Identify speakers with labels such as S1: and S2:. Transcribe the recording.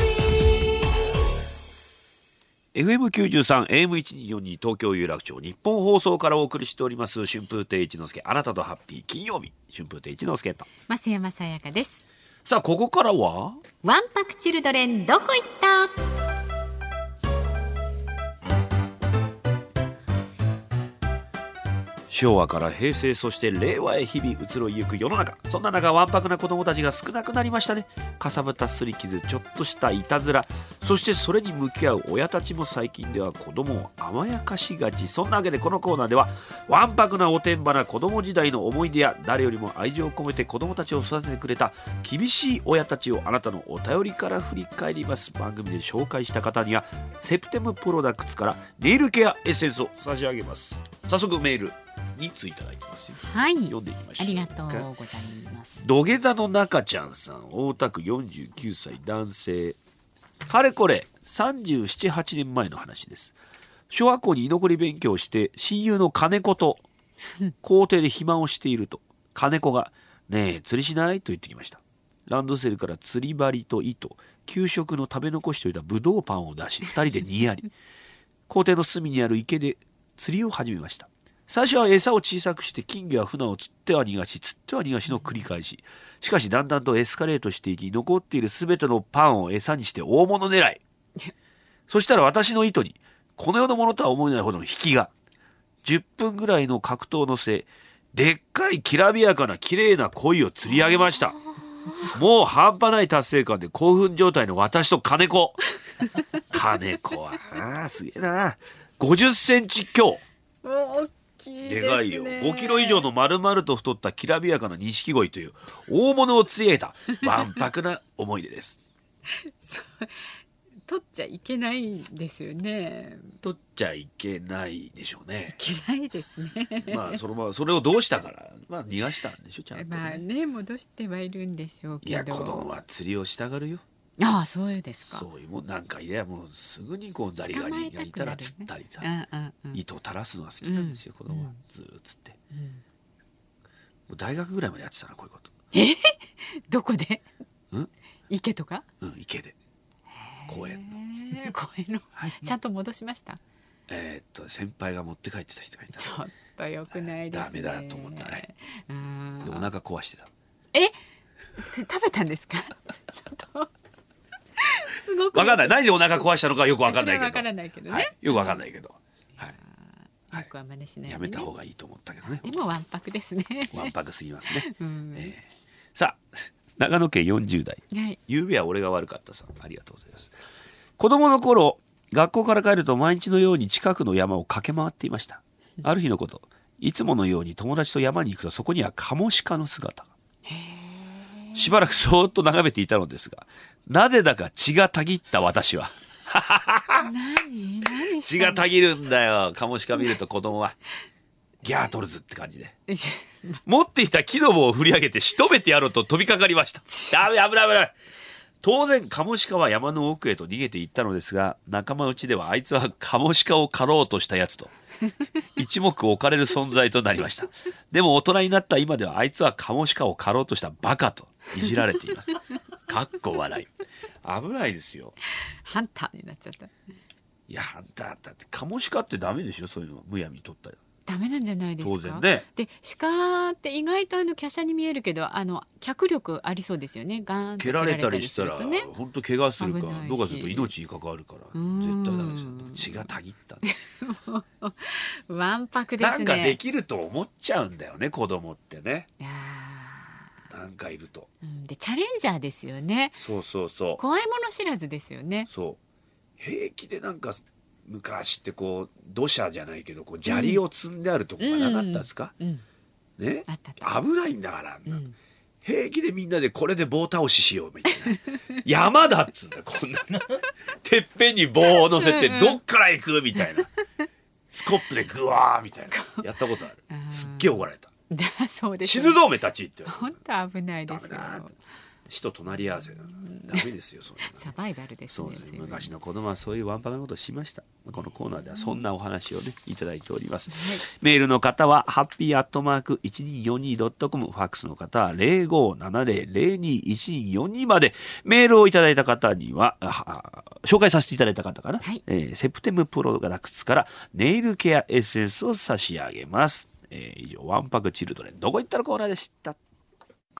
S1: ピー
S2: FM93、AM1242、東京有楽町、日本放送からお送りしております、春風亭一之輔、あなたとハッピー、金曜日、春風亭一之輔と。
S3: 増山さやかです
S2: さあ、ここからは、
S3: ワンパクチルドレンどこ行った
S2: 昭和から平成、そして令和へ日々移ろいゆく世の中。そんな中、わんぱくな子供たちが少なくなりましたね。かさぶたすり傷、ちょっとしたいたずら。そしてそれに向き合う親たちも最近では子供を甘やかしがち。そんなわけでこのコーナーでは、わんぱくなおてんばな子供時代の思い出や、誰よりも愛情を込めて子供たちを育ててくれた厳しい親たちをあなたのお便りから振り返ります。番組で紹介した方には、セプテムプロダクツからネイルケアエッセンスを差し上げます。早速メール。についただいてますよ。
S3: はい
S2: 読んでいきましょ
S3: あ
S2: う。
S3: りがとうございます
S2: 土下座の中ちゃんさん、大田区49歳男性。かれこれ37、8年前の話です。小学校に居残り勉強をして、親友の金 子と校庭で暇をしていると、金子が、ねえ、釣りしないと言ってきました。ランドセルから釣り針と糸、給食の食べ残しておいたブドウパンを出し、二人でにやり。校庭の隅にある池で釣りを始めました最初は餌を小さくして金魚や船を釣っては逃がし釣っては逃がしの繰り返ししかしだんだんとエスカレートしていき残っている全てのパンを餌にして大物狙いそしたら私の糸にこの世のものとは思えないほどの引きが10分ぐらいの格闘の末でっかいきらびやかな綺麗な鯉を釣り上げましたもう半端ない達成感で興奮状態の私と金子金子はなすげえな50センチ強でかいよ5キロ以上の丸々と太ったきらびやかな錦鯉という大物を釣り上げたわんぱくな思い出です
S4: 取っちゃいけないんですよね。
S2: 取っちゃいけないでしょうね
S4: いけないですね。
S2: まあそのままそれをどうしたからまあ逃がしたんでしょちゃんと、ね
S4: まあね戻してはいるんでしょうけど。
S2: いや子供は釣りをしたがるよ
S3: ああそうですか
S2: そういうもんなんかいやもうすぐにこうザリガニがいたら釣ったりさ、
S3: うんうんうん
S2: 糸を垂らすのが好きなんですよ、子供はずーっつって、もう大学ぐらいまでやってたなこういうこと
S3: どこで
S2: ん
S3: 池とか
S2: うん、池で公園の
S3: ね公園のちゃんと戻しました
S2: えーっと先輩が持って帰ってた人がいた
S4: ちょっと良くないですね。
S2: ダメだと思ったね
S3: うん
S2: でお腹壊してた
S3: え食べたんです かちょっと
S4: すごく
S2: 分かんない何でお腹壊したのかよく分かんないけど
S4: わからないけどね。
S2: はい、よく分かんないけど、はい
S4: よくは真似しない
S2: や
S4: でね、
S2: めた方がいいと思ったけどね
S4: でもわんぱくですね。
S2: わんぱくすぎますね、
S4: ん
S2: えーさあ長野県40代
S4: はい。
S2: ゆうべは俺が悪かったさんありがとうございます子供の頃学校から帰ると毎日のように近くの山を駆け回っていましたある日のこといつものように友達と山に行くとそこにはカモシカの姿がしばらくそーっと眺めていたのですがなぜだか血がたぎった私は
S4: 何何
S2: 血がたぎるんだよカモシカ見ると子供はギャートルズって感じで持っていた木の棒を振り上げて仕留めてやろうと飛びかかりました。やべ、危ない危ない。当然、カモシカは山の奥へと逃げていったのですが、仲間内ではあいつはカモシカを狩ろうとしたやつと、一目置かれる存在となりました。でも大人になった今ではあいつはカモシカを狩ろうとしたバカといじられています。かっこ笑い。危ないですよ。
S4: ハンターになっちゃった。
S2: いや、あんた、だってカモシカってダメでしょそういうの。むやみに取ったら。
S4: ダメなんじゃないですか。
S2: 当然ね。
S4: で鹿って意外とあの華奢に見えるけどあの脚力ありそうですよね。ガーンと
S2: 蹴られたりしたら、
S4: 蹴られたりするとね
S2: 本当怪我するか
S4: 危ないし
S2: どうかすると命に関わるから
S4: うん
S2: 絶対ダメですよ血がたぎっ たんです
S4: わんぱくですね
S2: なんかできると思っちゃうんだよね子供ってね
S4: あ
S2: なんかいると
S4: ーうんでチャレンジャーですよね
S2: そうそうそう
S4: 怖いもの知らずですよね
S2: そう平気でなんか昔ってこう土砂じゃないけどこう砂利を積んであるとこがなかったですか、
S4: うん
S2: ね
S4: あったあっ
S2: 危ないんだからあん
S4: た、う
S2: な、
S4: ん、
S2: 平気でみんなでこれで棒倒ししようみたいな山だっつうんだこんなのてっぺんに棒を乗せて
S4: うんうん
S2: どっから行くみたいなスコップでグワーみた いなやったことある
S4: あー
S2: すっげえ怒られた
S4: だ そうです
S2: 死
S4: よ
S2: ぬぞおめえたちって言われ
S4: 本当危ない
S2: た
S4: で
S2: ダ
S4: す
S2: メ
S4: よ
S2: だ死と隣り合わせだダメですよそんなの
S4: サバイバルです
S2: そう
S4: ね
S2: です
S4: 随
S2: ね。
S4: 分
S2: 昔の子供はそういうわんぱくなことをしました。このコーナーではそんなお話をね、いただいております。メールの方は、ハッピーアットマーク 1242.com、ファックスの方は0570-021242まで、メールをいただいた方には、あ紹介させていただいた方かな、
S4: はい
S2: えーセプテムプロダクツからネイルケアエッセンスを差し上げます。えー以上、ワンパクチルドレン、どこ行ったのコーナーでした。